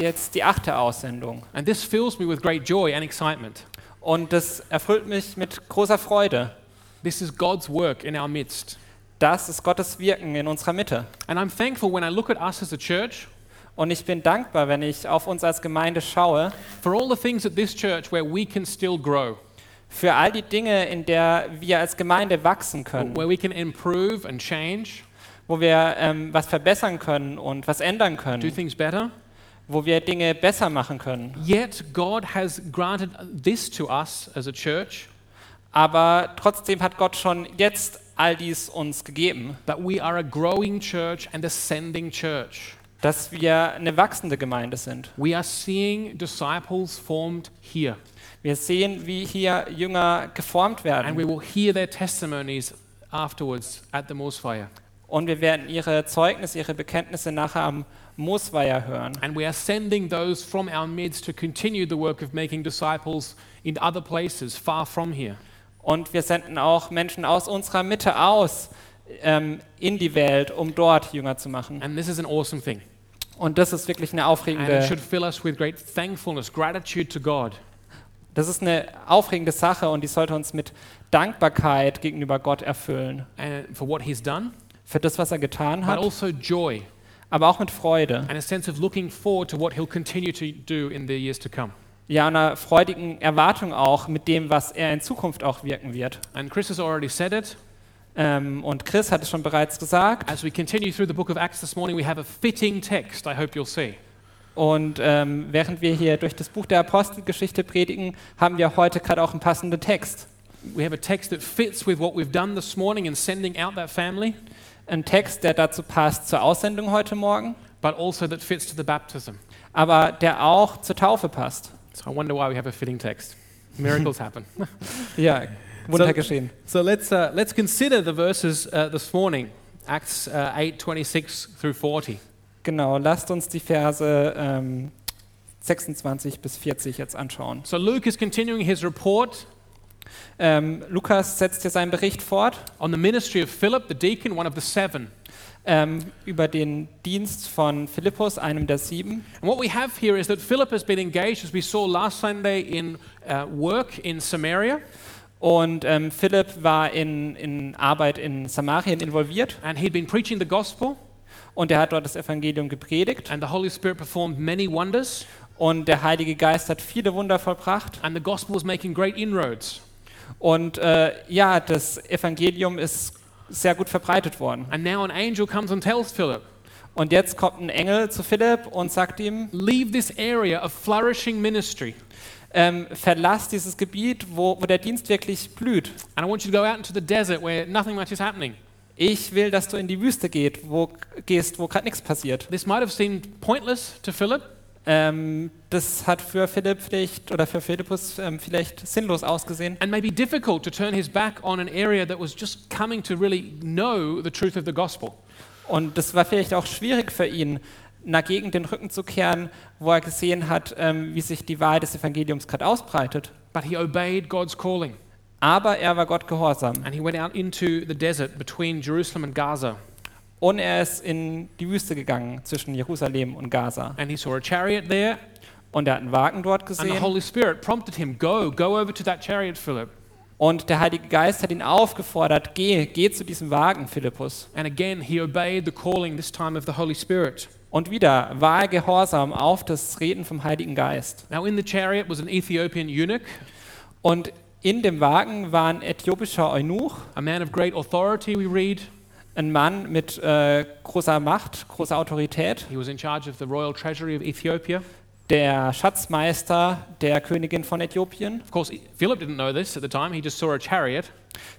jetzt die achte Aussendung. And this fills me with great joy and excitement. Und das erfüllt mich mit großer Freude. This is God's work in our midst. Das ist Gottes Wirken in unserer Mitte. And I'm thankful when I look at us as a church Und ich bin dankbar, wenn ich auf uns als Gemeinde schaue, for all the things at this church where we can still grow, für all die Dinge, in der wir als Gemeinde wachsen können, where we can improve and change, wo wir ähm, was verbessern können und was ändern do können, things better. wo wir Dinge besser machen können. Yet God has granted this to us as a church Aber trotzdem hat Gott schon jetzt all dies uns gegeben, that we are a growing church and ascending church. dass wir eine wachsende Gemeinde sind. We are seeing disciples formed here, Wir sehen, wie hier Jünger geformt and we werden will hear their testimonies afterwards at the Moors Fire. und wir werden ihre Zeugnisse, ihre Bekenntnisse nachher am Moosweiher hören. And we are sending those from our midst to continue the work of making disciples in other places far from here. Und wir senden auch Menschen aus unserer Mitte aus ähm, in die Welt, um dort Jünger zu machen. And this is an awesome thing. Und das ist wirklich eine And it aufregende, should fill us with great thankfulness, gratitude to God. das ist eine aufregende Sache und die sollte uns mit Dankbarkeit gegenüber Gott erfüllen. And uh, for what he's done, Für das, was er getan but hat, also joy aber auch mit Freude. and a sense of looking forward to what he'll continue to do in the years to come. Ja, einer freudigen Erwartung auch mit dem, was er in Zukunft auch wirken wird. And Chris has already said it. Ähm, und Chris hat es schon bereits gesagt. As we continue through the book of Acts this morning, we have a fitting text, I hope you'll see. Und ähm, während wir hier durch das Buch der Apostelgeschichte predigen, haben wir heute gerade auch einen passenden Text. We have a text that fits with what we've done this morning in sending out that family, Ein Text, der dazu passt zur Aussendung heute Morgen, but also that fits to the baptism. aber der auch zur Taufe passt. So I wonder why we have a fitting text. Miracles happen. Ja, Wunder geschehen. So let's, uh, let's consider the verses uh, this morning Acts uh, 8 26 through 40. Genau, lasst uns die Verse ähm, 26 bis 40 jetzt anschauen. So Luke is continuing his report Ähm, Lukas setzt hier seinen Bericht fort on the ministry of Philip, the deacon, one of the seven. ähm, über den Dienst von Philippus, einem der sieben. And what we have here is that Philip has been engaged, as we saw last Sunday, in uh, work in Samaria, Und ähm, Philipp war in, in Arbeit in Samarien involviert and he'd been preaching the gospel, und er hat dort das Evangelium gepredigt. and the Holy Spirit performed many wonders, Und der Heilige Geist hat viele Wunder vollbracht. and the gospel was making great inroads. Und äh, ja, das Evangelium ist sehr gut verbreitet worden. And now an angel comes and tells Philip, Und jetzt kommt ein Engel zu Philipp und sagt ihm, Leave this area of flourishing ministry, ähm, verlass dieses Gebiet, wo, wo der Dienst wirklich blüht. and I want you to go out into the desert where nothing much is happening. Ich will, dass du in die Wüste geht, wo, gehst, wo gerade nichts passiert. This might have seemed pointless to Philip, Ähm, das hat für Philipp vielleicht oder für Philippus ähm, vielleicht sinnlos ausgesehen. and maybe difficult to turn his back on an area that was just coming to really know the truth of the gospel. Und das war vielleicht auch schwierig für ihn, einer Gegend den Rücken zu kehren, wo er gesehen hat, ähm, wie sich die Wahrheit des Evangeliums gerade ausbreitet. But he obeyed God's calling. Aber er war Gott gehorsam And he went out into the desert between Jerusalem and Gaza, und er ist in die Wüste gegangen zwischen Jerusalem und Gaza. and he saw a chariot there, Und er hat einen Wagen dort and the gesehen Holy Spirit prompted him, "Go, go over to that chariot, Philip." und der Heilige Geist hat ihn aufgefordert, geh, geh zu diesem Wagen, Philippus. And again, he obeyed the calling this time of the Holy Spirit. Und wieder war er gehorsam auf das Reden vom Heiligen Geist. Now, in the chariot was an Ethiopian eunuch, Und in dem Wagen war ein äthiopischer Eunuch, a man of great authority. We read ein Mann mit äh, großer Macht, großer Autorität. he was in charge of the royal treasury of Ethiopia. der Schatzmeister der Königin von Äthiopien. Of course, Philip didn't know this at the time. He just saw a chariot,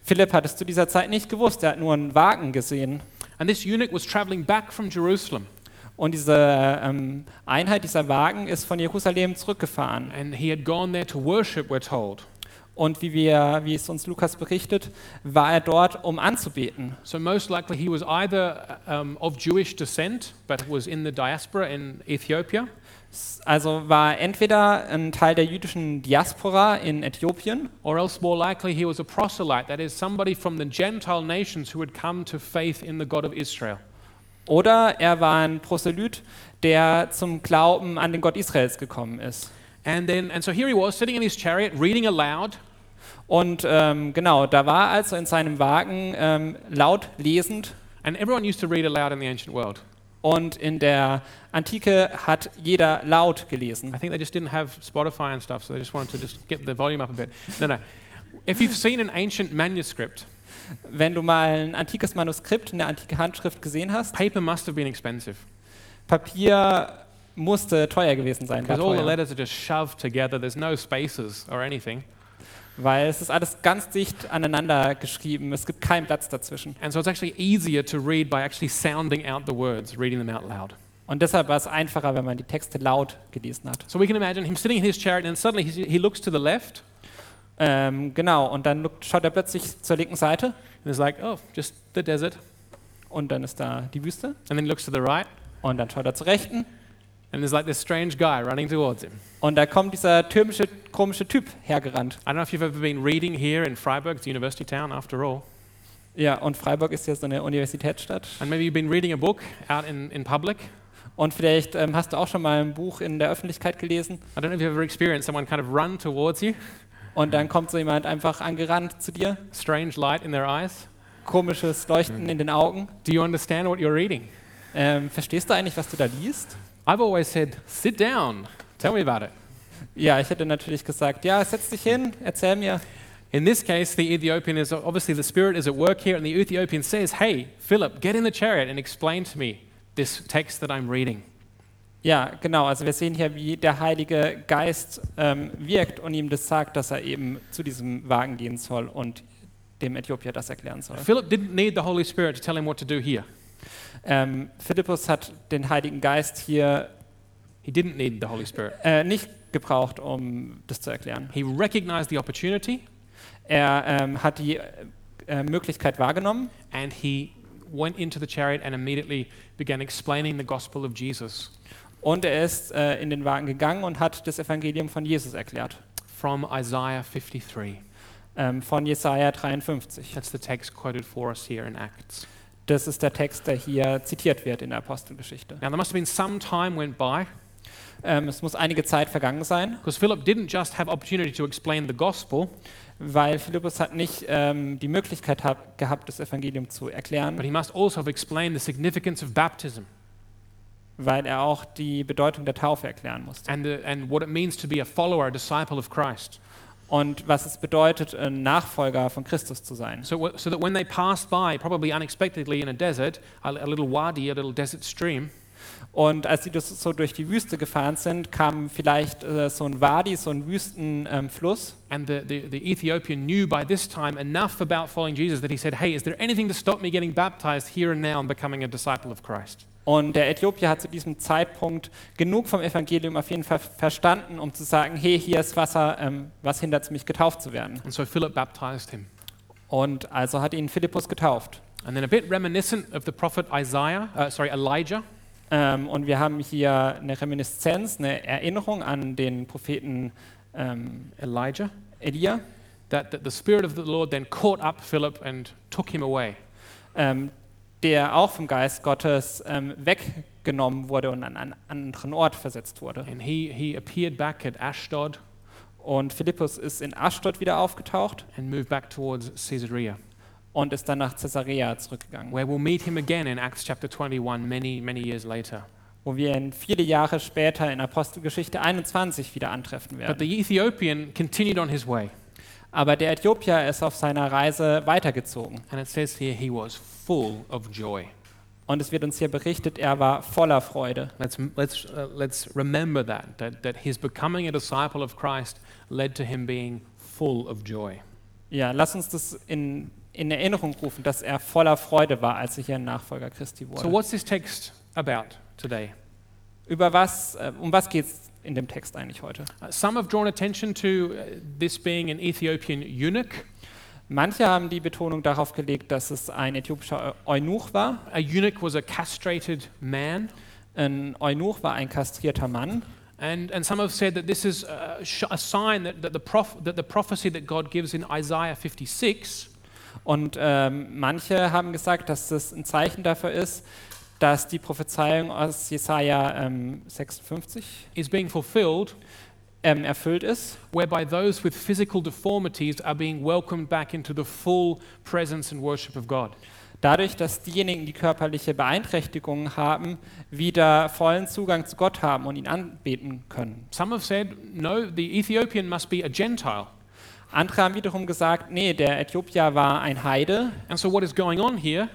Philipp hat es zu dieser Zeit nicht gewusst, er hat nur einen Wagen gesehen. and this eunuch was traveling back from Jerusalem, Und diese ähm, Einheit, dieser Wagen ist von Jerusalem zurückgefahren. and he had gone there to worship. We're told. Und wie, wir, wie es uns Lukas berichtet, war er dort, um anzubeten. So most likely he was either um, of Jewish descent, but was in the diaspora in Ethiopia, S- Also war er entweder ein Teil der jüdischen Diaspora in Äthiopien or else more likely he was a proselyte, that is, somebody from the Gentile nations who had come to faith in the God of Israel. Oder er war ein Proselyt, der zum Glauben an den Gott Israels gekommen ist. And then, and so here he was sitting in his chariot, reading aloud, Und ähm, genau, da war also in seinem Wagen ähm, laut lesend and everyone used to read aloud in the ancient world. und in der Antike hat jeder laut gelesen. I think they just didn't have Spotify and stuff, so they just wanted to just get the volume up a bit. No, no. If you've seen an ancient manuscript, Wenn du mal ein antikes Manuskript, eine antike Handschrift gesehen hast, paper must have been expensive Papier musste teuer gewesen sein, war because all the teuer, letters are just shoved together. There's no spaces or anything. weil es ist alles ganz dicht aneinander geschrieben. Es gibt keinen Platz dazwischen. And so it's actually easier to read by actually sounding out the words, reading them out loud. Und deshalb war es einfacher, wenn man die Texte laut gelesen hat. So we can imagine him sitting in his chariot, and suddenly he, he looks to the left Ähm, genau, und dann lugt- schaut er plötzlich zur linken Seite and is like, oh, just the desert. und dann ist da die Wüste. And then he looks to the right, Und dann schaut er zur rechten and there's like this strange guy running towards him. und da kommt dieser türmische, komische Typ hergerannt. I don't know if you've ever been reading here in Freiburg, it's a university town after all. Ja, und Freiburg ist ja so eine Universitätsstadt. And maybe you've been reading a book out in, in public. Und vielleicht ähm, hast du auch schon mal ein Buch in der Öffentlichkeit gelesen I don't know if you've ever experienced someone kind of run towards you, und dann kommt so jemand einfach angerannt zu dir, strange light in their eyes. komisches Leuchten in den Augen. Do you understand what you're reading? Ähm, verstehst du eigentlich, was du da liest? I've always said, sit down, tell me about it. Ja, ich hätte natürlich gesagt, ja, setz dich hin, erzähl mir. In this case, the Ethiopian is obviously the spirit is at work here, and the Ethiopian says, Hey, Philip, get in the chariot and explain to me this text that I'm reading. Ja, genau. Also wir sehen hier, wie der Heilige Geist ähm, wirkt und ihm das sagt, dass er eben zu diesem Wagen gehen soll und dem Äthiopier das erklären soll. Philip didn't need the Holy Spirit to tell him what to do here. Ähm, Philippus hat den Heiligen Geist hier He didn't need the Holy Spirit. äh, nicht gebraucht, um das zu erklären. He recognized the opportunity Er ähm, hat die äh, Möglichkeit wahrgenommen and he went into the chariot and immediately began explaining the gospel of Jesus und er ist äh, in den Wagen gegangen und hat das Evangelium von Jesus erklärt, from Isaiah 53. ähm, von Jesaja 53. That's the text quoted for us here in Acts. Das ist der Text, der hier zitiert wird in der Apostelgeschichte. Now, there must have been some time went by Ähm, es muss einige Zeit vergangen sein. because Philip didn't just have opportunity to explain the gospel, weil Philippus hat nicht ähm, die Möglichkeit hab, gehabt, das Evangelium zu but erklären, he must also have explained the significance of baptism weil er auch die Bedeutung der Taufe erklären musste. and, the, and what it means to be a follower, a disciple of Christ. Und was es bedeutet, ein Nachfolger von Christus zu sein. So, wh- so that when they passed by, probably unexpectedly in a desert, a, a little wadi, a little desert stream, Und als sie das so durch die Wüste gefahren sind, kam vielleicht äh, so ein Wadi, so ein Wüstenfluss. Ähm, Fluss. and the, the, the Ethiopian knew by this time enough about following Jesus that he said, Hey, is there anything to stop me getting baptized here and now and becoming a disciple of Christ? und der Äthiopier hat zu diesem Zeitpunkt genug vom Evangelium auf jeden Fall verstanden, um zu sagen, hey, hier ist Wasser, ähm, was hindert es mich, getauft zu werden? And so Philip baptized him. Und also hat ihn Philippus getauft. And then a bit reminiscent of the prophet Isaiah, uh, sorry, Elijah, Ähm, und wir haben hier eine Reminiszenz, eine Erinnerung an den Propheten ähm, Elijah, Elia. that, that the Spirit of the Lord then caught up Philip and took him away. Ähm, der auch vom Geist Gottes ähm, weggenommen wurde und an einen anderen Ort versetzt wurde. And he, he appeared back at Ashdod Und Philippus ist in Aschdod wieder aufgetaucht and moved back towards Caesarea, und ist dann nach Caesarea zurückgegangen, where we'll meet him again in Acts chapter 21, many, many years later. wo wir ihn viele Jahre später in Apostelgeschichte 21 wieder antreffen But werden. the Ethiopian continued on his way. Aber der Äthiopier ist auf seiner Reise weitergezogen. And it says here he was full of joy. Und es wird uns hier berichtet, er war voller Freude. Let's, let's, uh, let's remember that, that, that his becoming a disciple of Christ led to him being full of joy. Ja, lass uns das in, in Erinnerung rufen, dass er voller Freude war, als er hier ein Nachfolger Christi wurde. So, what's this text about today? Über was, äh, um was geht es in dem Text eigentlich heute? Uh, some have drawn attention to uh, this being an Ethiopian eunuch. Manche haben die Betonung darauf gelegt, dass es ein äthiopischer Eu- Eunuch war. A eunuch was a castrated man. Ein Eunuch war ein kastrierter Mann. And, and some have said that this is a, sh- a sign that, that, the prof- that the prophecy that God gives in Isaiah 56 Und ähm, manche haben gesagt, dass das ein Zeichen dafür ist, dass die Prophezeiung aus Jesaja ähm, 56 is being fulfilled, ähm, erfüllt ist, whereby those with physical deformities are being welcomed back into the full presence and worship of God. dadurch, dass diejenigen, die körperliche Beeinträchtigungen haben, wieder vollen Zugang zu Gott haben und ihn anbeten können. Some have said, no, the Ethiopian must be a Gentile. Andere haben wiederum gesagt, nee, der Äthiopier war ein Heide. And so, what is going on here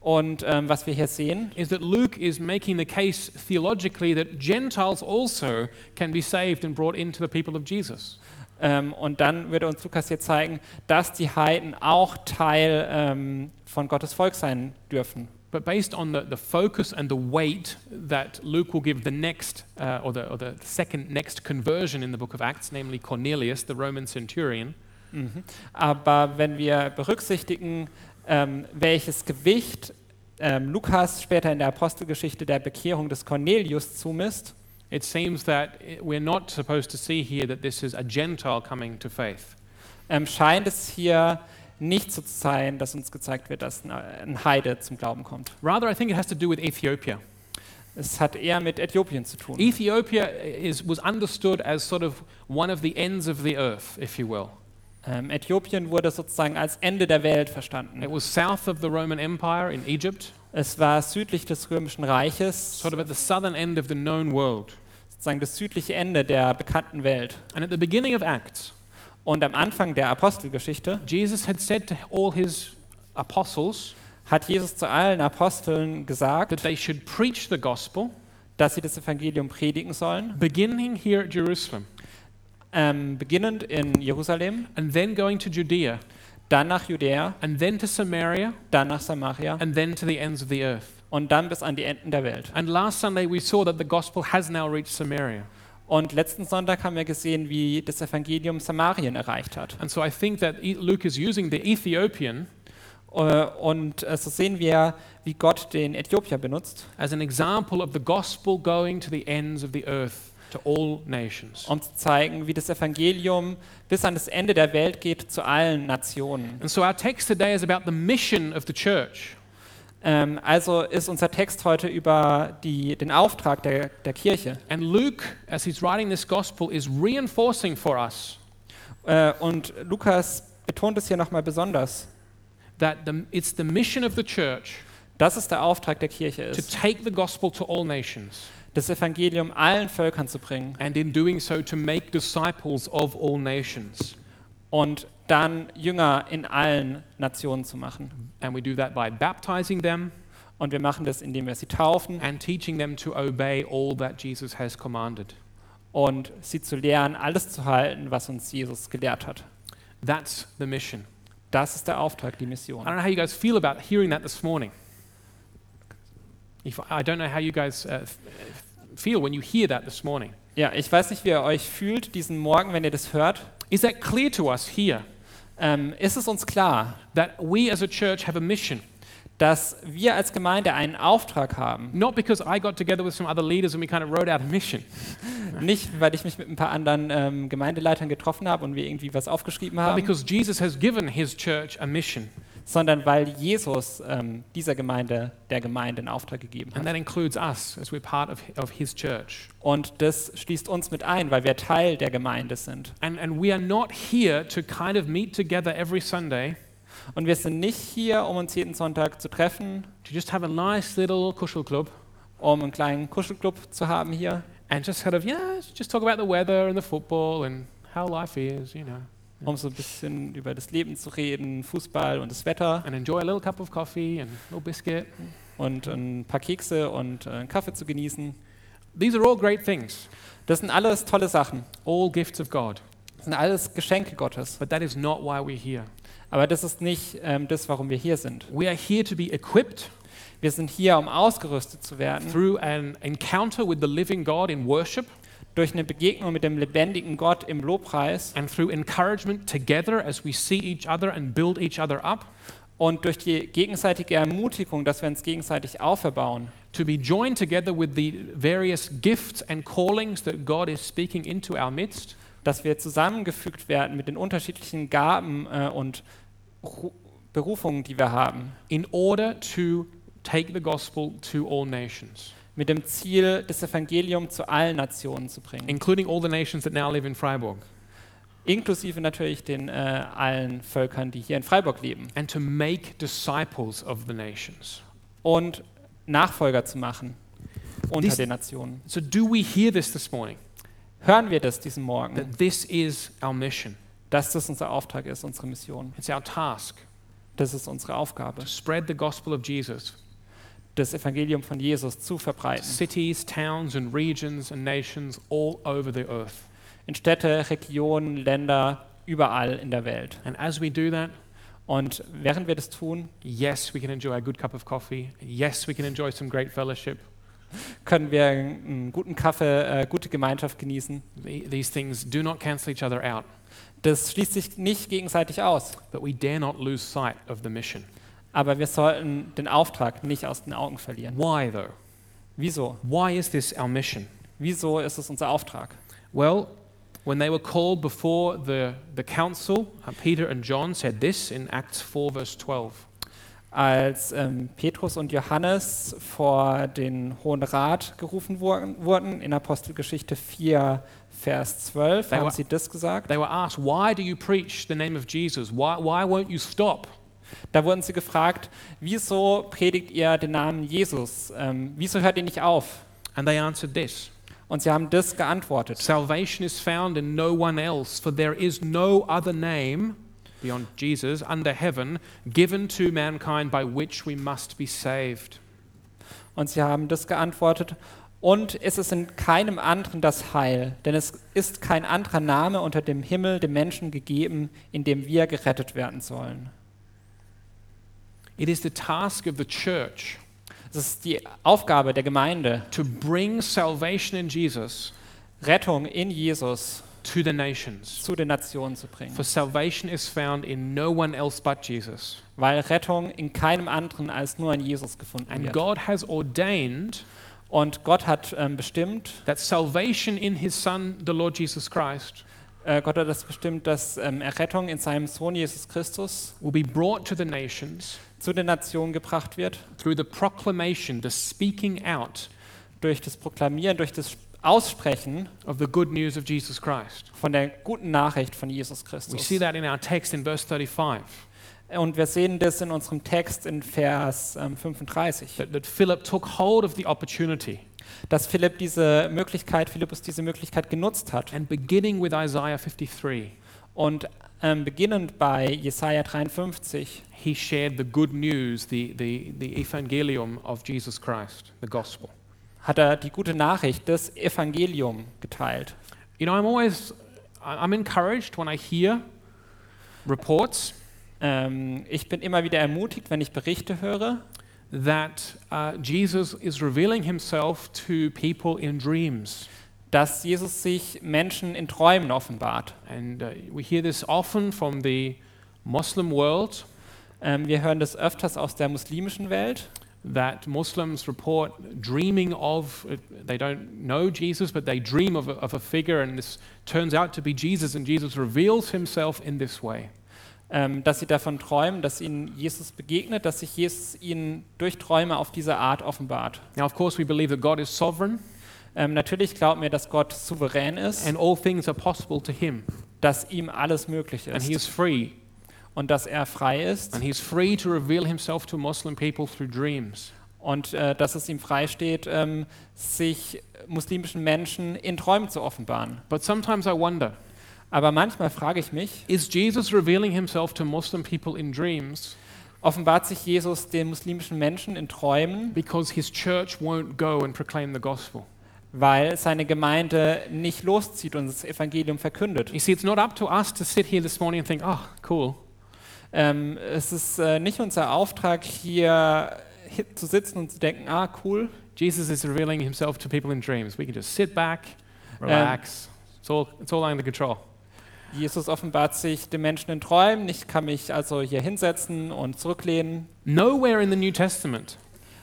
Und ähm, was wir hier sehen, is that Luke is making the case theologically that Gentiles also can be saved and brought into the people of Jesus. ähm, und dann würde uns Lukas hier zeigen, dass die Heiden auch Teil ähm, von Gottes Volk sein dürfen. But based on the, the focus and the weight that Luke will give the next, uh, or, the, or the second next conversion in the book of Acts, namely Cornelius, the Roman centurion, Mhm. Aber wenn wir berücksichtigen, ähm, welches Gewicht ähm, Lukas später in der Apostelgeschichte der Bekehrung des Cornelius zumisst, it seems that i- we're not supposed to see here that this is a Gentile coming to faith. ähm, scheint es hier nicht so zu sein, dass uns gezeigt wird, dass ein- ein Heide zum Glauben kommt. Rather, I think it has to do with Ethiopia. Es hat eher mit Äthiopien zu tun. Ethiopia is, was understood as sort of one of the ends of the earth, if you will. Ähm, Äthiopien wurde sozusagen als Ende der Welt verstanden. It was south of the Roman Empire in Egypt, Es war südlich des Römischen Reiches, sort of at the southern end of the known world. sozusagen das südliche Ende der bekannten Welt. And at the beginning of Acts, Und am Anfang der Apostelgeschichte Jesus had said to all his apostles hat Jesus zu allen Aposteln gesagt, that they should preach the gospel, dass sie das Evangelium predigen sollen, beginning here at Jerusalem ähm, beginnend in Jerusalem, and then going to Judea dann nach Judäa, and then to Samaria dann nach Samaria and then to the ends of the earth. und dann bis an die Enden der Welt. And last Sunday, we saw that the gospel has now reached Samaria. Und letzten Sonntag haben wir gesehen, wie das Evangelium Samarien erreicht hat. And so I think that E- Luke is using the Ethiopian Äh, Und äh, so sehen wir, wie Gott den Äthiopier benutzt, as an example of the gospel going to the ends of the earth to all nations. um zu zeigen, wie das Evangelium bis an das Ende der Welt geht zu allen Nationen. And so our text today is about the mission of the church. Ähm, also ist unser Text heute über die, den Auftrag der, der Kirche. And Luke, as he's writing this gospel, is reinforcing for us Äh, und Lukas betont es hier nochmal besonders, that the, it's the mission of the church dass es der Auftrag der Kirche to ist, take the gospel to all nations, das Evangelium allen Völkern zu bringen and in doing so, to make disciples of all nations. und dann Jünger in allen Nationen zu machen. And we do that by baptizing them Und wir machen das, indem wir sie taufen and teaching them to obey all that Jesus has commanded. und sie zu lehren, alles zu halten, was uns Jesus gelehrt hat. That's the mission. Das ist der Auftrag, die I Mission. don't know how you guys feel about hearing that this morning. If, I don't know how you guys uh, f- feel when you hear that this morning. Ja, ich weiß nicht, wie ihr euch fühlt diesen Morgen, wenn ihr das hört. Is that clear to us here Ähm, ist es uns klar, that we as a church have a mission? dass wir als Gemeinde einen Auftrag haben? Not because I got together with some other leaders and we kind of wrote out a mission. Nicht, weil ich mich mit ein paar anderen ähm, Gemeindeleitern getroffen habe und wir irgendwie was aufgeschrieben But haben, because Jesus has given his church a mission, sondern weil Jesus ähm, dieser Gemeinde, der Gemeinde, einen Auftrag gegeben and hat. that includes us as we're part of, of his church. Und das schließt uns mit ein, weil wir Teil der Gemeinde sind. And, and we are not here to kind of meet together every Sunday Und wir sind nicht hier, um uns jeden Sonntag zu treffen, to just have a nice little kuschel club um einen kleinen Kuschelclub zu haben hier and just kind of, yeah, just talk about the weather and the football and how life is, you know, um so ein bisschen über das Leben zu reden, Fußball und das Wetter and enjoy a little cup of coffee and a little biscuit. und ein paar Kekse und äh, einen Kaffee zu genießen. These are all great things, Das sind alles tolle Sachen. all gifts of God. Das sind alles Geschenke Gottes. But that is not why we're here. Aber das ist nicht ähm, das, warum wir hier sind. We are here to be equipped Wir sind hier, um ausgerüstet zu werden through an encounter with the living God in worship durch eine Begegnung mit dem lebendigen Gott im Lobpreis and through encouragement together as we see each other and build each other up und durch die gegenseitige Ermutigung, dass wir uns gegenseitig auferbauen. to be joined together with the various gifts and callings that God is speaking into our midst Dass wir zusammengefügt werden mit den unterschiedlichen Gaben äh, und Ru Berufungen, die wir haben, in order to take the gospel to all nations, mit dem Ziel, das Evangelium zu allen Nationen zu bringen, including all the nations that now live in Freiburg, inklusive natürlich den äh, allen Völkern, die hier in Freiburg leben, and to make disciples of the nations. und Nachfolger zu machen unter Dies- den Nationen. So, do we hear this this morning? Hören wir das diesen Morgen, That this is our mission, dass das unser Auftrag ist, unsere Mission. it's our task Das ist unsere Aufgabe, to spread the gospel of Jesus das Evangelium von Jesus zu to verbreiten. cities, towns, and regions and nations all over the earth. In Städte, Regionen, Länder, überall in der Welt. And as we do that, Und während wir das tun, yes, we can enjoy a good cup of coffee. Yes, we can enjoy some great fellowship. können wir einen guten Kaffee, äh, gute Gemeinschaft genießen. The- These things do not cancel each other out, Das schließt sich nicht gegenseitig aus, but we dare not lose sight of the mission. aber wir sollten den Auftrag nicht aus den Augen verlieren. Why, though? Wieso? Why is this our mission? Wieso ist es unser Auftrag? Well, when they were called before the, the council, uh, Peter and John said this in Acts 4, verse 12. Als ähm, Petrus und Johannes vor den Hohen Rat gerufen wurden, wurden in Apostelgeschichte 4, Vers 12, Aber- haben sie das gesagt. They were asked, Why do you preach the name of Jesus? Why, why won't you stop? Da wurden sie gefragt, wieso predigt ihr den Namen Jesus? Ähm, wieso hört ihr nicht auf? And they answered this Und sie haben das geantwortet. Salvation is found in no one else, for there is no other name beyond Jesus under heaven given to mankind by which we must be saved. Und sie haben das geantwortet. Und es ist in keinem anderen das Heil, denn es ist kein anderer Name unter dem Himmel dem Menschen gegeben, in dem wir gerettet werden sollen. It is the task of the church Es ist die Aufgabe der Gemeinde, to bring salvation in Jesus Rettung in Jesus to the nations. zu den Nationen zu bringen, For salvation is found in no one else but Jesus. weil Rettung in keinem anderen als nur in Jesus gefunden And wird. God has ordained Und Gott hat ähm, bestimmt, that salvation in his Son, the Lord Jesus Christ, äh, Gott hat das bestimmt, dass ähm, Errettung in seinem Sohn Jesus Christus will be brought to the nations zu den Nationen gebracht wird through the proclamation, the speaking out durch das Proklamieren, durch das Aussprechen of the good news of Jesus Christ. von der guten Nachricht von Jesus We see Christus. that in our text in verse 35 Und wir sehen das in unserem Text in Vers ähm, 35, that, that Philip took hold of the opportunity dass Philipp diese Möglichkeit, Philippus diese Möglichkeit genutzt hat. and beginning with Isaiah 53, Und ähm, beginnend bei Jesaja 53 he shared the good news, the, the, the evangelium of Jesus Christ, the gospel. hat er die gute Nachricht, das Evangelium geteilt. You know, I'm always I- I'm encouraged when I hear reports Ähm, ich bin immer wieder ermutigt, wenn ich Berichte höre, that uh, Jesus is revealing himself to people in dreams. dass Jesus sich Menschen in Träumen offenbart. And uh, we hear this often from the Muslim world Ähm, wir hören das öfters aus der muslimischen Welt, that Muslims report dreaming of, uh, they don't know Jesus, but they dream of a, of a figure, and this turns out to be Jesus, and Jesus reveals himself in this way. ähm, dass sie davon träumen, dass ihnen Jesus begegnet, dass sich Jesus ihnen durch Träume auf diese Art offenbart. Now, of course, we believe that God is sovereign Ähm, natürlich glauben wir, dass Gott souverän ist, and all things are possible to him, dass ihm alles möglich and he ist is free, und dass er frei ist and he's free to reveal himself to Muslim people through dreams. und äh, dass es ihm freisteht, ähm, sich muslimischen Menschen in Träumen zu offenbaren. But sometimes I wonder Aber manchmal frage ich mich, is Jesus revealing himself to Muslim people in dreams offenbart sich Jesus den muslimischen Menschen in Träumen, because his church won't go and proclaim the gospel? weil seine Gemeinde nicht loszieht und das Evangelium verkündet? You see, it's not up to us to sit here this morning and think, oh, cool, Ähm, es ist äh, nicht unser Auftrag, hier hi- zu sitzen und zu denken, ah, cool, Jesus is revealing himself to people in dreams. We can just sit back, relax. it's, all, it's all under control. Jesus offenbart sich den Menschen in Träumen, ich kann mich also hier hinsetzen und zurücklehnen. Nowhere in the New Testament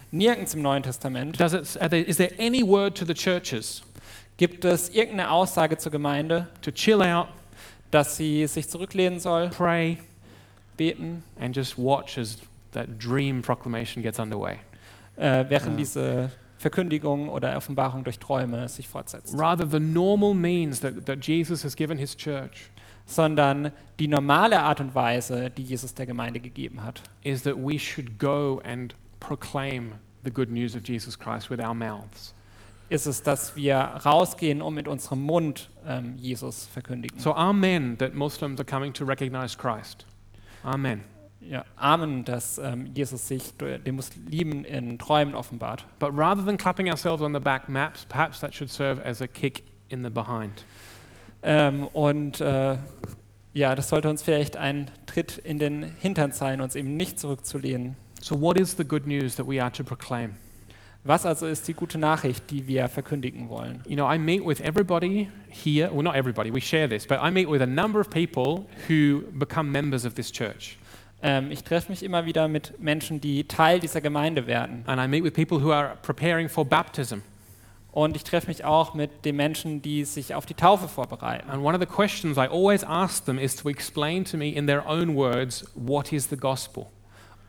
Nirgends im Neuen Testament does it, are there, is there any word to the churches gibt es irgendeine Aussage zur Gemeinde, to chill out, dass sie sich zurücklehnen soll, pray, beten and just watch as that dream proclamation gets underway. äh, während Ja. diese Verkündigung oder Offenbarung durch Träume sich fortsetzt, rather the normal means that, that Jesus has given his church sondern die normale Art und Weise, die Jesus der Gemeinde gegeben hat, is that we should go and proclaim the good news of Jesus Christ with our mouths. ist es, dass wir rausgehen und mit unserem Mund ähm, Jesus verkündigen. So, amen that Muslims are coming to recognize Christ. Amen. Ja, Amen, dass ähm, Jesus sich du- den Muslimen in Träumen offenbart. But rather than clapping ourselves on the back, maps, perhaps that should serve as a kick in the behind. Ähm, und äh, ja, das sollte uns vielleicht ein Tritt in den Hintern sein, uns eben nicht zurückzulehnen. So, what is the good news that we are to proclaim? Was also ist die gute Nachricht, die wir verkündigen wollen? You know, I meet with everybody here, well, not everybody, we share this, but I meet with a number of people who become members of this church. Ähm, ich treffe mich immer wieder mit Menschen, die Teil dieser Gemeinde werden. And I meet with people who are preparing for baptism. Und ich treffe mich auch mit den Menschen, die sich auf die Taufe vorbereiten. And one of the questions I always ask them is to explain to me in their own words what is the gospel.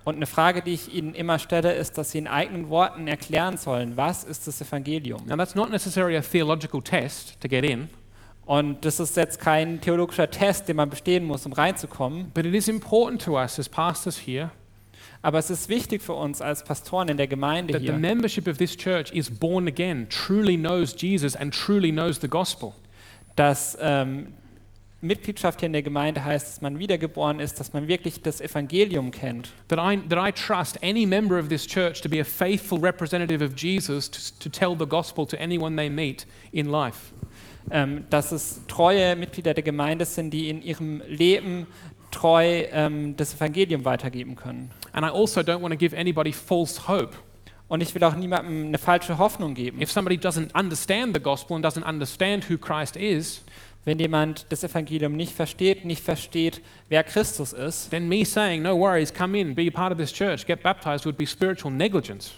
Und eine Frage, die ich ihnen immer stelle, ist, dass sie in eigenen Worten erklären sollen, was ist das Evangelium? Now, that's not necessarily a theological test to get in, Und das ist jetzt kein theologischer Test, den man bestehen muss, um reinzukommen. but it is important to us as pastors here Aber es ist wichtig für uns als Pastoren in der Gemeinde that the hier, membership of this church is born again, truly knows Jesus, and truly knows the gospel. dass ähm, Mitgliedschaft hier in der Gemeinde heißt, dass man wiedergeboren ist, dass man wirklich das Evangelium kennt. That I, that I trust any member of this church to be a faithful representative of Jesus to, to tell the gospel to anyone they meet in life. Ähm, dass es treue Mitglieder der Gemeinde sind, die in ihrem Leben treu ähm, das Evangelium weitergeben können. And I also don't want to give anybody false hope. Und ich will auch niemandem eine falsche Hoffnung geben. If somebody doesn't understand the gospel and doesn't understand who Christ is, Wenn jemand das Evangelium nicht versteht, nicht versteht, wer Christus ist, then me saying, no worries, come in, be a part of this church, get baptized would be spiritual negligence.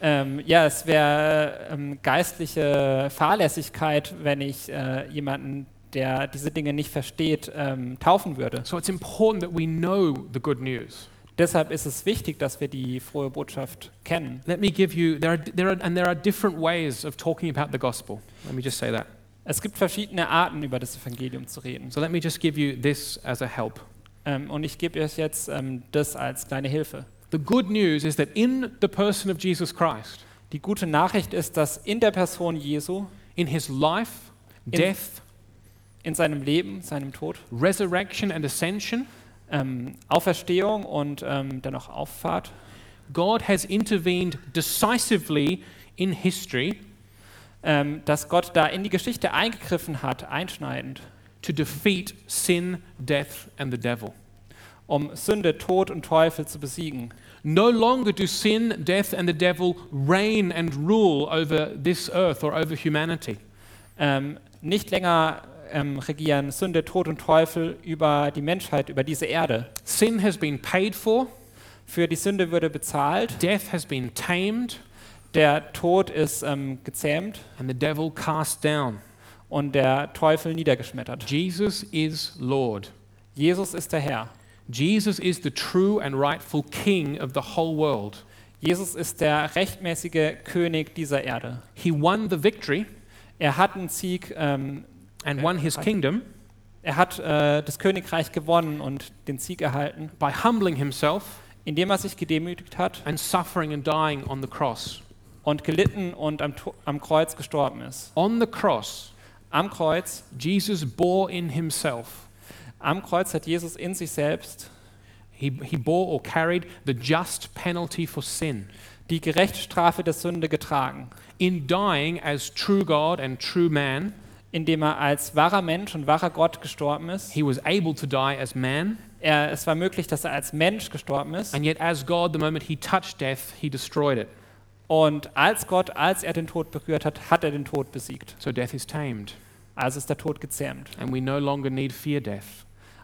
Ähm, ja, es wäre ähm, geistliche Fahrlässigkeit, wenn ich äh, jemanden, der diese Dinge nicht versteht, ähm, taufen würde. So it's important that we know the good news. Deshalb ist es wichtig, dass wir die frohe Botschaft kennen. Let me give you, there are, there are, and there are different ways of talking about the gospel. Let me just say that. Es gibt verschiedene Arten, über das Evangelium zu reden. So let me just give you this as a help. Ähm, und ich gebe euch jetzt ähm, das als kleine Hilfe. The good news is that in the person of Jesus Christ, Die gute Nachricht ist, dass in der Person Jesu, in his life, death, in seinem Leben, seinem Tod, resurrection, and ascension, ähm, Auferstehung und ähm, dann auch Auffahrt, God has intervened decisively in history ähm, dass Gott da in die Geschichte eingegriffen hat, einschneidend. to defeat sin, death, and the devil. um Sünde, Tod und Teufel zu besiegen. No longer do sin, death, and the devil reign and rule over this earth or over humanity. Ähm, nicht länger ähm, regieren Sünde, Tod und Teufel über die Menschheit, über diese Erde. Sin has been paid for, Für die Sünde würde bezahlt, death has been tamed, der Tod ist ähm, gezähmt and the devil cast down. und der Teufel niedergeschmettert. Jesus is Lord. Jesus ist der Herr. Jesus is the true and rightful King of the whole world. Jesus ist der rechtmäßige König dieser Erde. He won the victory Er hat einen Sieg, ähm, and won his kingdom er hat äh, das Königreich gewonnen und den Sieg erhalten, by humbling himself indem er sich gedemütigt hat and suffering and dying on the cross. und gelitten und am, To- am Kreuz gestorben ist. On the cross, Am Kreuz Jesus bore in himself, Am Kreuz hat Jesus in sich selbst he, he bore or carried the just penalty for sin. die gerechte Strafe der Sünde getragen, In dying as true God and true man, indem er als wahrer Mensch und wahrer Gott gestorben ist. he was able to die as man, Er, es war möglich, dass er als Mensch gestorben ist. and yet as God, the moment he touched death, he destroyed it. Und als Gott, als er den Tod berührt hat, hat er den Tod besiegt. So death is tamed, Also ist der Tod gezähmt. and we no longer need fear death.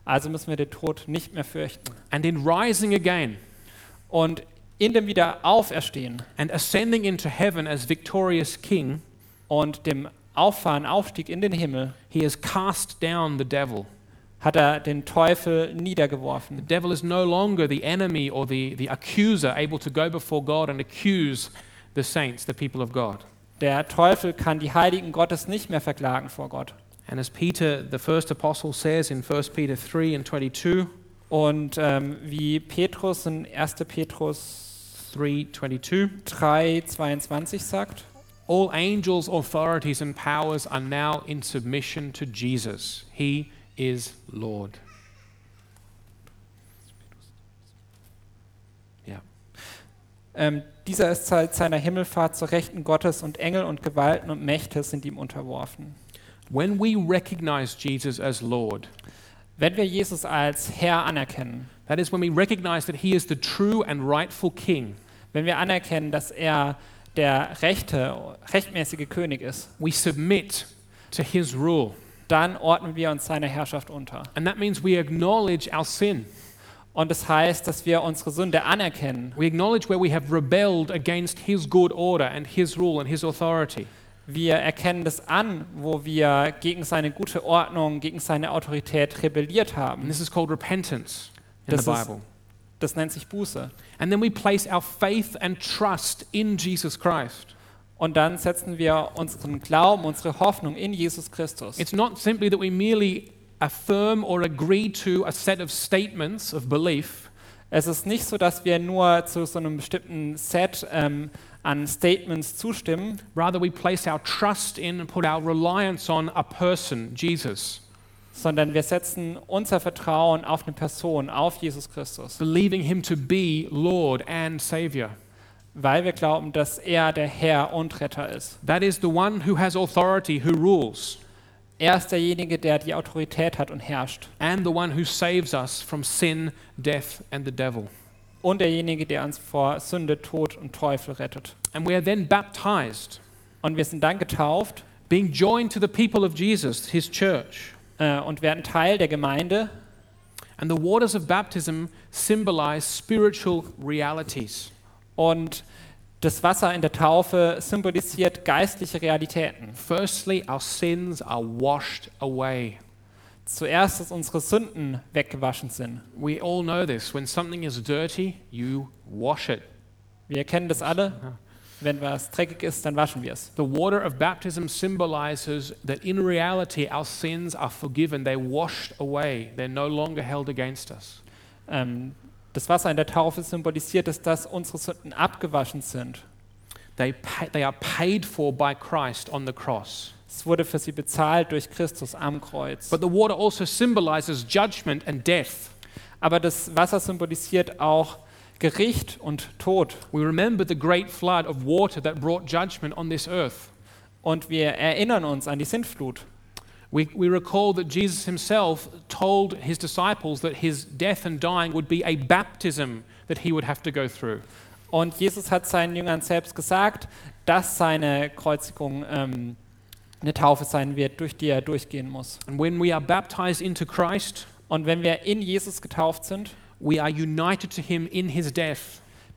Also müssen wir den Tod nicht mehr fürchten. And in rising again, Und in dem Wiederauferstehen and ascending into heaven as victorious king, und dem Auffahren, Aufstieg in den Himmel, he has cast down the devil hat er den Teufel The niedergeworfen. devil is no longer the enemy or the, the accuser able to go before God and accuse the saints, the people of God. Der Teufel kann die Heiligen Gottes nicht mehr verklagen vor Gott. And as Peter, the first apostle, says in 1 Peter 3 and 22, Und ähm, wie Petrus in 1. Petrus 3 22, 3, 22 sagt, all angels, authorities, and powers are now in submission to Jesus. He is Lord. ähm, dieser ist seit seiner Himmelfahrt zur Rechten Gottes und Engel und Gewalten und Mächte sind ihm unterworfen. When we recognize Jesus as Lord, Wenn wir Jesus als Herr anerkennen, that is when we recognize that he is the true and rightful king, wenn wir anerkennen, dass er der rechte, rechtmäßige König ist, we submit to his rule. dann ordnen wir uns seiner Herrschaft unter. And that means we acknowledge our sin. Und das heißt, dass wir unsere Sünde anerkennen. We acknowledge where we have rebelled against his good order and his rule and his authority. Wir erkennen das an, wo wir gegen seine gute Ordnung, gegen seine Autorität rebelliert And haben. this is called repentance in This the is- Bible. Das nennt sich Buße. And then we place our faith and trust in Jesus Christ. Und dann setzen wir unseren Glauben, unsere Hoffnung in Jesus Christus. It's not simply that we merely affirm or agree to a set of statements of belief, Es ist nicht so, dass wir nur zu so einem bestimmten Set ähm, an Statements zustimmen, rather, we place our trust in and put our reliance on a person, Jesus, sondern wir setzen unser Vertrauen auf eine Person, auf Jesus Christus, believing him to be Lord and Savior. weil wir glauben, dass er der Herr und Retter ist. That is the one who has authority, who rules, Er ist derjenige, der die Autorität hat und herrscht and the one who saves us from sin, death, and the devil. und derjenige, der uns vor Sünde, Tod und Teufel rettet. And we are then baptized, Und wir sind dann getauft being joined to the people of Jesus, his church. äh, und werden Teil der Gemeinde. And the waters of baptism symbolize spiritual realities. Und das Wasser in der Taufe symbolisiert geistliche Realitäten. Firstly, our sins are washed away. Zuerst, dass unsere Sünden weggewaschen sind. We all know this. When something is dirty, you wash it. Wir kennen das alle. Wenn was dreckig ist, dann waschen wir es. The water of baptism symbolizes that in reality, our sins are forgiven. They're washed away. They're no longer held against us. Ähm, das Wasser in der Taufe symbolisiert es, dass unsere Sünden abgewaschen sind. They, pa- they are paid for by Christ on the cross. Es wurde für sie bezahlt durch Christus am Kreuz. But the water also symbolizes judgment and death. Aber das Wasser symbolisiert auch Gericht und Tod. We remember the great flood of water that brought judgment on this earth. Und wir erinnern uns an die Sintflut. We, we recall that Jesus himself told his disciples that his death and dying would be a baptism that he would have to go through. Und Jesus hat seinen Jüngern selbst gesagt, dass seine Kreuzigung ähm, eine Taufe sein wird, durch die er durchgehen muss. And when we are baptized into Christ, Und wenn wir in Jesus getauft sind, we are united to him in his death.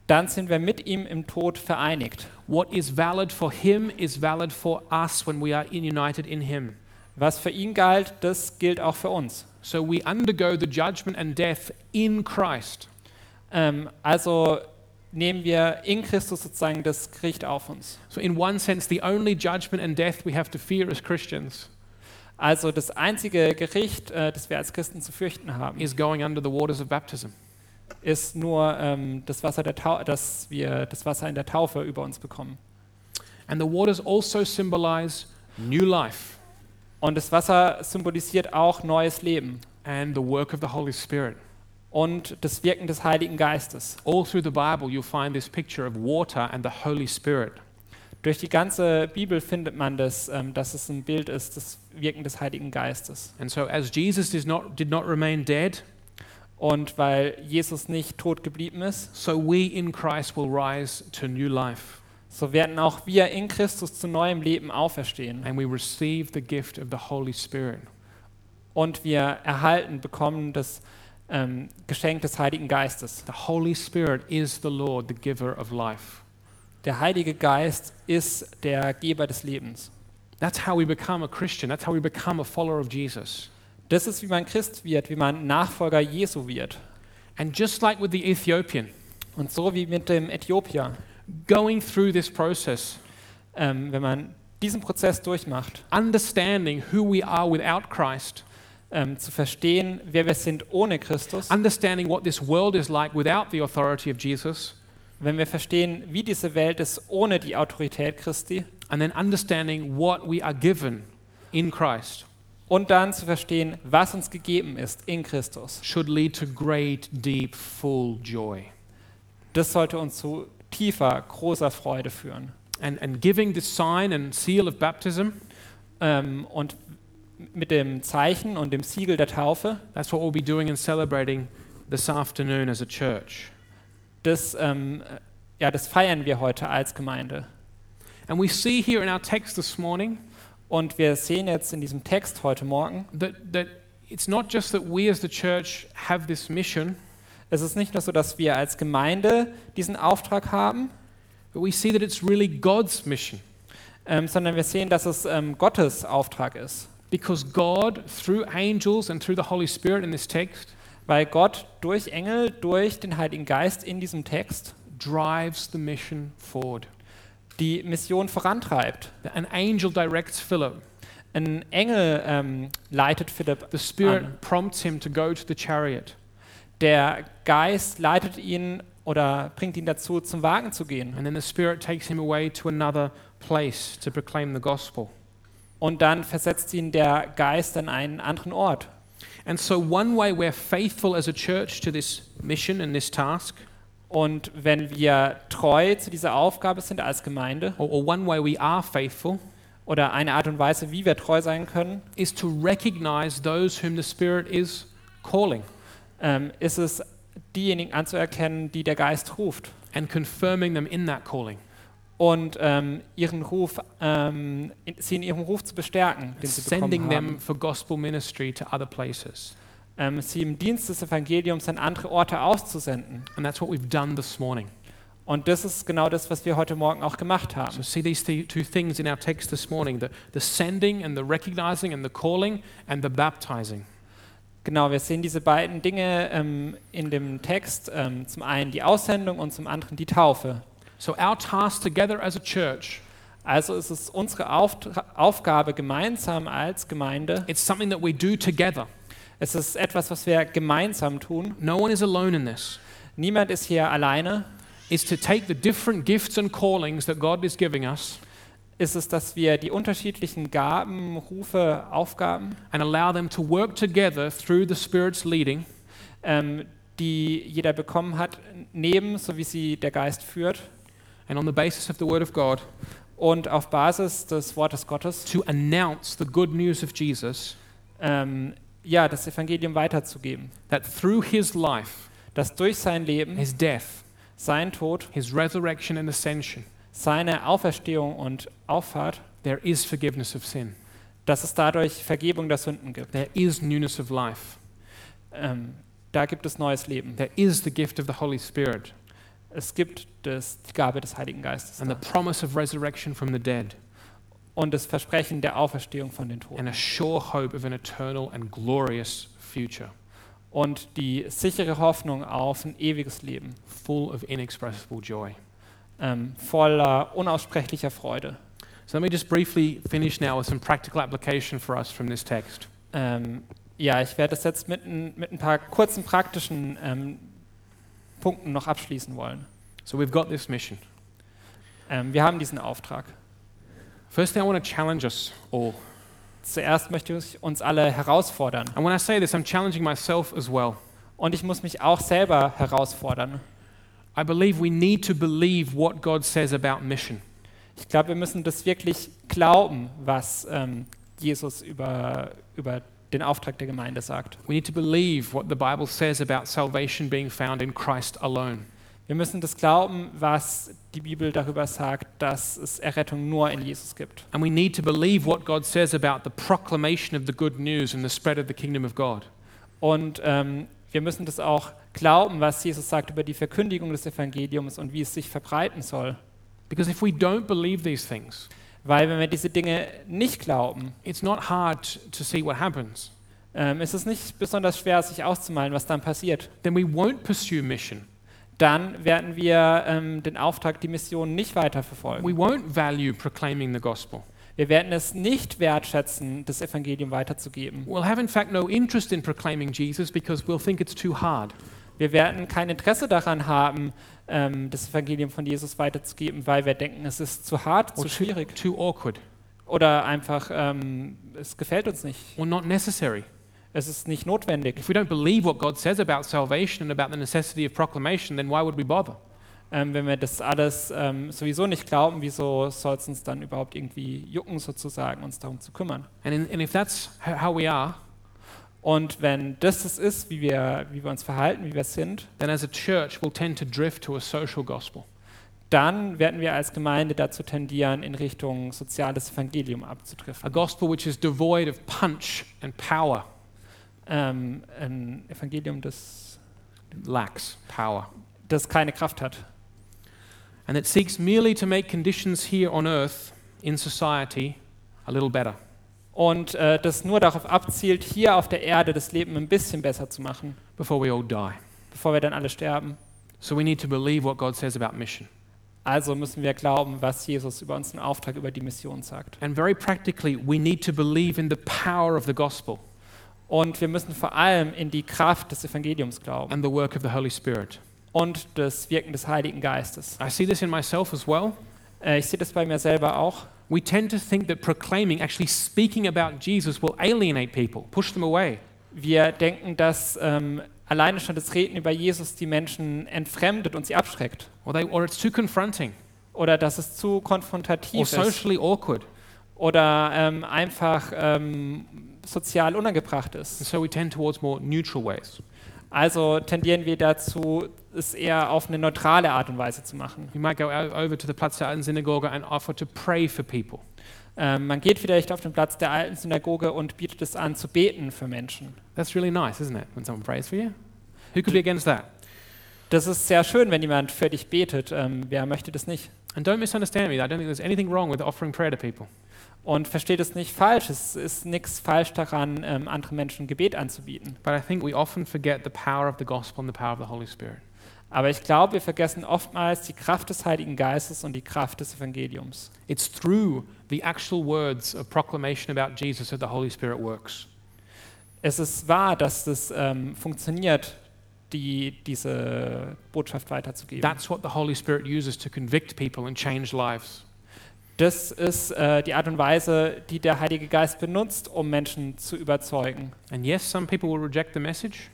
dann sind wir mit ihm im Tod vereinigt. What is valid for him is valid for us when we are in united in him. Was für ihn galt, das gilt auch für uns. So we undergo the judgment and death in Christ. Ähm, also nehmen wir in Christus sozusagen das Gericht auf uns. So, in one sense, the only judgment and death we have to fear as Christians Also das einzige Gericht, äh, das wir als Christen zu fürchten haben, is going under the waters of baptism. ist nur ähm, das Wasser der Tau dass wir das Wasser in der Taufe über uns bekommen. And the waters also symbolize new life. Und das Wasser symbolisiert auch neues Leben and the work of the Holy Spirit. und das Wirken des Heiligen Geistes. All through the Bible, you'll find this picture of water and the Holy Spirit. Durch die ganze Bibel findet man das, ähm, dass es ein Bild ist, das Wirken des Heiligen Geistes. And so, as Jesus did not, did not remain dead, Und weil Jesus nicht tot geblieben ist, so we in Christ will rise to new life so werden auch wir in Christus zu neuem Leben auferstehen. and we receive the gift of the Holy Spirit. Und wir erhalten, bekommen das ähm, Geschenk des Heiligen Geistes. The Holy Spirit is the Lord, the giver of life. Der Heilige Geist ist der Geber des Lebens. That's how we become a Christian. That's how we become a follower of Jesus. Das ist, wie man Christ wird, wie man Nachfolger Jesu wird. And just like with the Ethiopian, Und so wie mit dem Äthiopier, going through this process, ähm, wenn man diesen Prozess durchmacht, understanding who we are without Christ, ähm, zu verstehen, wer wir sind ohne Christus, understanding what this world is like without the authority of Jesus, wenn wir verstehen, wie diese Welt ist ohne die Autorität Christi and then understanding what we are given in Christ und dann zu verstehen, was uns gegeben ist in Christus. should lead to great, deep, full joy. Das sollte uns zu tiefer, großer Freude führen. And, and giving the sign and seal of baptism, Ähm, und mit dem Zeichen und dem Siegel der Taufe, that's what we'll be doing and celebrating this afternoon as a church. das, ähm, äh, ja, das feiern wir heute als Gemeinde. And we see here in our text this morning Und wir sehen jetzt in diesem Text heute Morgen, that, that it's not just that we as the church have this mission, es ist nicht nur so, dass wir als Gemeinde diesen Auftrag haben, but we see that it's really God's mission. ähm, sondern wir sehen, dass es ähm, Gottes Auftrag ist. Because God, through angels and through the Holy Spirit in this text, Weil Gott durch Engel, durch den Heiligen Geist in diesem Text drives the mission forward. die Mission vorantreibt. An angel directs Philip. Ein Engel ähm, leitet Philipp, The Spirit Amen. prompts him to go to the chariot. der Geist leitet ihn oder bringt ihn dazu, zum Wagen zu gehen. And then the Spirit takes him away to another place to proclaim the gospel. Und dann versetzt ihn der Geist an einen anderen Ort. And so, one way we're faithful as a church to this mission and this task, Und wenn wir treu zu dieser Aufgabe sind als Gemeinde or, or one way we are faithful, oder eine Art und Weise, wie wir treu sein können, is to recognize those whom the Spirit is calling ähm, ist es diejenigen anzuerkennen, die der Geist ruft and confirming them in that calling. und ähm, ihren Ruf, ähm, in, sie in ihrem Ruf zu bestärken, den sie sending bekommen them haben. for gospel ministry to other places. Ähm, sie im Dienst des Evangeliums an andere Orte auszusenden. And that's what we've done this morning. Und das ist genau das, was wir heute Morgen auch gemacht haben. So, see these th- two things in our text this morning the, the sending and the recognizing and the calling and the baptizing. Genau, wir sehen diese beiden Dinge ähm, in dem Text, ähm, zum einen die Aussendung und zum anderen die Taufe. So, our task together as a church, Also ist es unsere Auftra- Aufgabe gemeinsam als Gemeinde. it's something that we do together. Es ist etwas, was wir gemeinsam tun. No one is alone in this. Niemand ist hier alleine. Is to take the different gifts and callings that God is giving us Ist es, dass wir die unterschiedlichen Gaben, Rufe, Aufgaben, and allow them to work together through the Spirit's leading ähm, die jeder bekommen hat, nehmen, so wie sie der Geist führt and on the basis of the Word of God und auf Basis des Wortes Gottes to announce the good news of Jesus ähm, ja, das Evangelium weiterzugeben. that through his life, Dass durch sein Leben his death, sein Tod, his resurrection and ascension, seine Auferstehung und Auffahrt, there is forgiveness of sin. dass es dadurch Vergebung der Sünden gibt. There is newness of life. Ähm, da gibt es neues Leben. There is the gift of the Holy Spirit Es gibt das, die Gabe des Heiligen Geistes and the promise of resurrection from the dead und das Versprechen der Auferstehung von den and Toten a sure hope of an eternal and glorious future und die sichere Hoffnung auf ein ewiges Leben, full of inexpressible joy. ähm, voller unaussprechlicher Freude. So let me just briefly finish now with some practical application for us from this text. Ähm, ja, ich werde das jetzt mit ein, mit ein paar kurzen praktischen ähm, Punkten noch abschließen wollen. So we've got this mission. Ähm, wir haben diesen Auftrag. Firstly, I want to challenge us all. Zuerst möchte ich uns alle herausfordern. And when I say this, I'm challenging myself as well. Und ich muss mich auch selber herausfordern. I believe we need to believe what God says about mission. Ich glaube, wir müssen das wirklich glauben, was ähm, Jesus über, über den Auftrag der Gemeinde sagt. We need to believe what the Bible says about salvation being found in Christ alone. Wir müssen das glauben, was die Bibel darüber sagt, dass es Errettung nur in Jesus gibt. And we need to believe what God says about the proclamation of the good news and the spread of the kingdom of God. Und ähm, wir müssen das auch glauben, was Jesus sagt über die Verkündigung des Evangeliums und wie es sich verbreiten soll. Because if we don't believe these things, Weil wenn wir diese Dinge nicht glauben, it's not hard to see what happens. ähm, es ist nicht besonders schwer, sich auszumalen, was dann passiert. then we won't pursue mission. Dann werden wir ähm, den Auftrag, die Mission nicht weiterverfolgen. We won't value proclaiming the gospel. Wir werden es nicht wertschätzen, das Evangelium weiterzugeben. We'll have, in fact, no interest in proclaiming Jesus because we'll think it's too hard. Wir werden kein Interesse daran haben, ähm, das Evangelium von Jesus weiterzugeben, weil wir denken, es ist zu hart, zu too, schwierig too awkward oder einfach, ähm, es gefällt uns nicht. or not necessary. Es ist nicht notwendig. If we don't believe what God says about salvation and about the necessity of proclamation, then why would we bother? Ähm, wenn wir das alles ähm, sowieso nicht glauben, wieso soll es uns dann überhaupt irgendwie jucken, sozusagen, uns darum zu kümmern? And, in, and if that's ho- how we are, Und wenn das es ist, wie wir, wie wir uns verhalten, wie wir sind, then as a church, we'll tend to drift to a social gospel. dann werden wir als Gemeinde dazu tendieren, in Richtung soziales Evangelium a abzutreffen. gospel which is devoid of punch and power. Ähm, ein Evangelium, das, Lacks power. das keine Kraft hat And that seeks merely to make conditions here on earth in society a little better. und äh, das nur darauf abzielt, hier auf der Erde das Leben ein bisschen besser zu machen, before we all die. bevor wir dann alle sterben. So we need to believe what God says about mission. Also müssen wir glauben, was Jesus über unseren Auftrag, über die Mission sagt. And very practically, we need to believe in the power of the gospel Und wir müssen vor allem in die Kraft des Evangeliums glauben and the work of the Holy Spirit. und das Wirken des Heiligen Geistes. I see this in myself as well. Äh, ich sehe das bei mir selber auch. We tend to think that proclaiming, actually speaking about Jesus, will alienate people, push them away. Wir denken, dass ähm, alleine schon das Reden über Jesus die Menschen entfremdet und sie abschreckt. Or, they, or it's too confronting, Oder dass es zu or konfrontativ ist. socially awkward. Oder ähm, einfach ähm, sozial unangebracht And ist. so we tend towards more neutral ways. Also tendieren wir dazu, es eher auf eine neutrale Art und Weise zu machen. You might go o- over to the Platz der Alten Synagoge and offer to pray for people. Ähm, man geht vielleicht auf den Platz der alten Synagoge und bietet es an, zu beten für Menschen. That's really nice, isn't it? When someone prays for you. Who could be against that? Das ist sehr schön, wenn jemand für dich betet. Ähm, wer möchte das nicht? And don't misunderstand me. I don't think there's anything wrong with offering prayer to people. Und versteht es nicht falsch. Es ist nichts falsch daran, ähm, anderen Menschen Gebet anzubieten. But I think we often forget the power of the gospel and the power of the Holy Spirit. Aber ich glaube, wir vergessen oftmals die Kraft des Heiligen Geistes und die Kraft des Evangeliums. It's through the actual words of proclamation about Jesus that the Holy Spirit works. Es ist wahr, dass es ähm, funktioniert, die, diese Botschaft weiterzugeben. That's what the Holy Spirit uses to convict people and change lives. das ist äh, die Art und Weise, die der Heilige Geist benutzt, um Menschen zu überzeugen. And yes, some people will reject the message,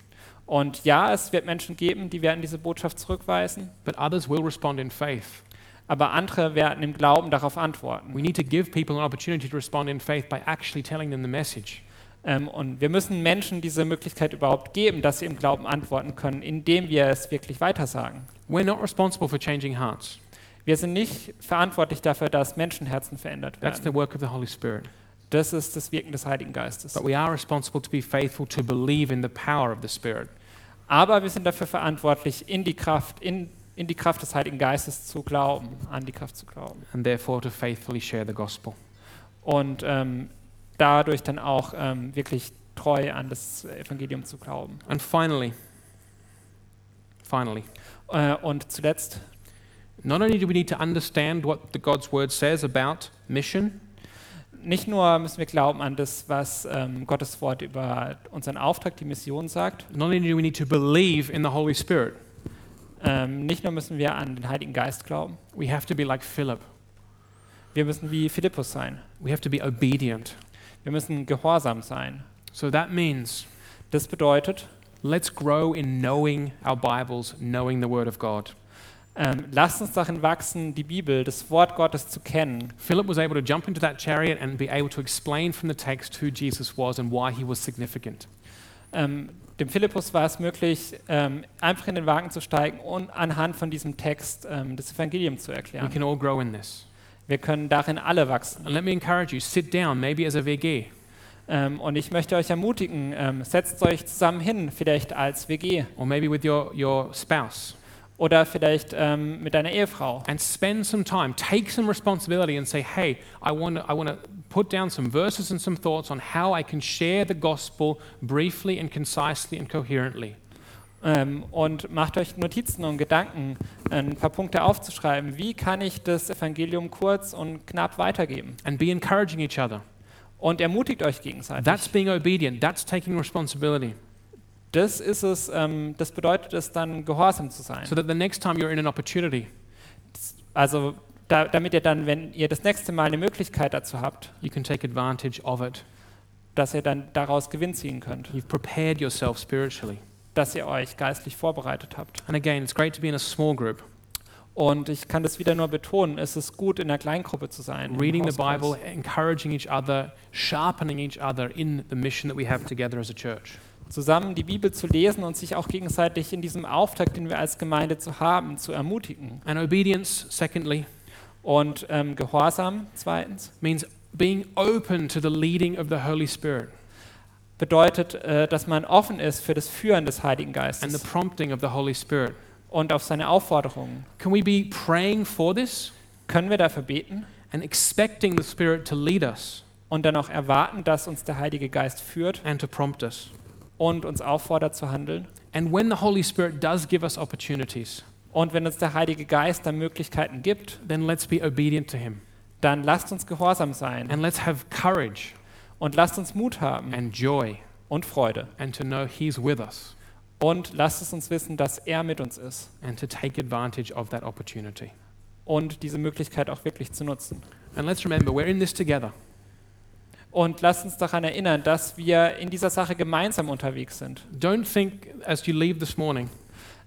Und ja, es wird Menschen geben, die werden diese Botschaft zurückweisen. but others will respond in faith. Aber andere werden im Glauben darauf We antworten. need to give people an opportunity to respond in faith by actually telling them the message. Ähm, und wir müssen Menschen diese Möglichkeit überhaupt geben, dass sie im Glauben antworten können, indem wir es wirklich weitersagen. We're not responsible for changing hearts. Wir sind nicht verantwortlich dafür, dass Menschenherzen verändert That's the werden. work of the Holy Spirit. Das ist das Wirken des Heiligen Geistes. But we are responsible to be faithful to believe in the power of the Spirit. Aber wir sind dafür verantwortlich, in die Kraft, in, in die Kraft des Heiligen Geistes zu glauben, an die Kraft zu glauben. and therefore to faithfully share the gospel. Und ähm, dadurch dann auch ähm, wirklich treu an das Evangelium zu glauben. And finally, finally, Äh, und zuletzt not only do we need to understand what the God's word says about mission, Nicht nur müssen wir glauben an das, was ähm, Gottes Wort über unseren Auftrag, die Mission sagt, not only do we need to believe in the Holy Spirit, ähm, nicht nur müssen wir an den Heiligen Geist glauben, we have to be like Philip. wir müssen wie Philippus sein. We have to be obedient. Wir müssen gehorsam sein. So that means Das bedeutet, let's grow in knowing our Bibles, knowing the word of God. ähm, lasst uns darin wachsen, die Bibel, das Wort Gottes zu kennen. Philip was able to jump into that chariot and be able to explain from the text who Jesus was and why he was significant. Ähm, dem Philippus war es möglich, ähm, einfach in den Wagen zu steigen und anhand von diesem Text ähm, das Evangelium zu We erklären. can all grow in this. Wir können darin alle wachsen. And let me encourage you, sit down, maybe as a VG, Ähm, und ich möchte euch ermutigen, ähm, setzt euch zusammen hin, vielleicht als WG. or maybe with your, your spouse, oder vielleicht ähm, mit deiner Ehefrau. and spend some time, take some responsibility and say, hey, I want to I wanna put down some verses and some thoughts on how I can share the gospel briefly and concisely and coherently. Ähm, und macht euch Notizen und Gedanken, ähm, ein paar Punkte aufzuschreiben. Wie kann ich das Evangelium kurz und knapp weitergeben? And be encouraging each other. Und ermutigt euch gegenseitig. That's being obedient. That's taking responsibility. das ist es, ähm, das bedeutet es dann, gehorsam zu sein. So that the next time you're in an opportunity, Also da, damit ihr dann, wenn ihr das nächste Mal eine Möglichkeit dazu habt, you can take advantage of it. dass ihr dann daraus Gewinn ziehen könnt, You've prepared yourself spiritually. dass ihr euch geistlich vorbereitet habt. And again, it's great to be in a small group, Und ich kann das wieder nur betonen, es ist gut, in einer Kleingruppe zu sein. im reading the Hauskreis. Bible, encouraging each other, sharpening each other in the mission that we have together as a church. Zusammen die Bibel zu lesen und sich auch gegenseitig in diesem Auftrag, den wir als Gemeinde zu haben, zu ermutigen. And obedience, secondly, Und ähm, Gehorsam zweitens means being open to the leading of the Holy Spirit bedeutet, äh, dass man offen ist für das Führen des Heiligen and the Geistes prompting of the Holy Spirit. und auf seine Aufforderungen. Can we be praying for this Können wir dafür beten and expecting the Spirit to lead us und dann auch erwarten, dass uns der Heilige Geist führt and to prompt us? und uns auffordert zu handeln? And when the Holy Spirit does give us opportunities, Und wenn uns der Heilige Geist dann Möglichkeiten gibt, then let's be obedient to Him dann lasst uns gehorsam sein and let's have courage und lasst uns Mut haben and joy und Freude and to know He's with us und lasst es uns wissen, dass er mit uns ist and to take advantage of that opportunity. und diese Möglichkeit auch wirklich zu nutzen. And let's remember, we're in this together. Und lasst uns daran erinnern, dass wir in dieser Sache gemeinsam unterwegs sind. Don't think as you leave this morning,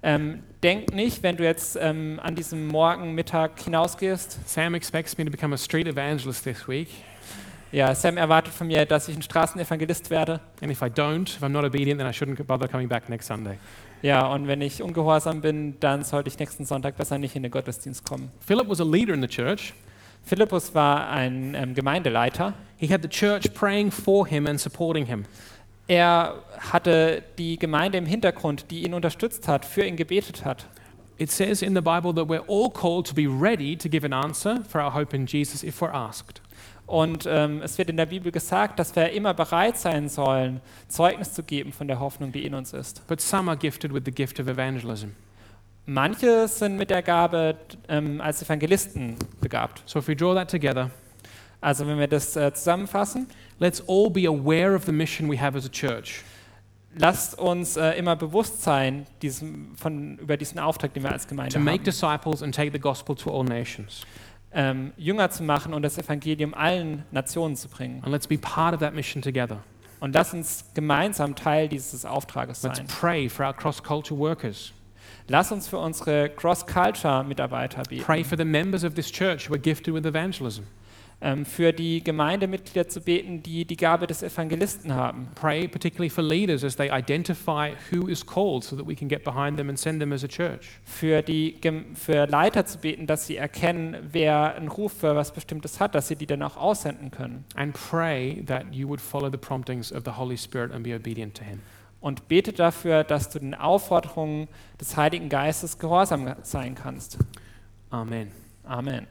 Ähm, denk nicht, wenn du jetzt ähm, an diesem Morgen, Mittag hinausgehst. Sam expects me to become a street evangelist this week. Ja, Sam erwartet von mir, dass ich ein Straßenevangelist werde. And if I don't, if I'm not obedient, then I shouldn't bother coming back next Sunday. Ja, und wenn ich ungehorsam bin, dann sollte ich nächsten Sonntag besser nicht in den Gottesdienst kommen. Philip was a leader in the church. Philippus war ein ähm, Gemeindeleiter. He had the church praying for him and supporting him. Er hatte die Gemeinde im Hintergrund, die ihn unterstützt hat, für ihn gebetet hat. It says in the Bible that we're all called to be ready to give an answer for our hope in Jesus if we're asked. Und ähm, es wird in der Bibel gesagt, dass wir immer bereit sein sollen, Zeugnis zu geben von der Hoffnung, die in uns ist. But some are gifted with the gift of evangelism. Manche sind mit der Gabe ähm, als Evangelisten begabt. So if we draw that together, Also wenn wir das äh, zusammenfassen, let's all be aware of the mission we have as a church. lasst uns äh, immer bewusst sein diesem, von, über diesen Auftrag, den wir als Gemeinde to make haben, disciples and take the gospel to all nations. ähm, Jünger zu machen und das Evangelium allen Nationen zu bringen. And let's be part of that mission together. Und lass uns gemeinsam Teil dieses Auftrages Let's sein. pray for our cross culture workers. Lass uns für unsere Cross-Culture-Mitarbeiter beten, Pray for the members of this church who are gifted with evangelism. ähm, für die Gemeindemitglieder zu beten, die die Gabe des Evangelisten haben. Pray particularly for leaders as they identify who is called so that we can get behind them and send them as a church. Für, die, Gem- für Leiter zu beten, dass sie erkennen, wer einen Ruf für was Bestimmtes hat, dass sie die dann auch aussenden können. And pray that you would follow the promptings of the Holy Spirit and be obedient to Him. Und bete dafür, dass du den Aufforderungen des Heiligen Geistes gehorsam sein kannst. Amen. Amen.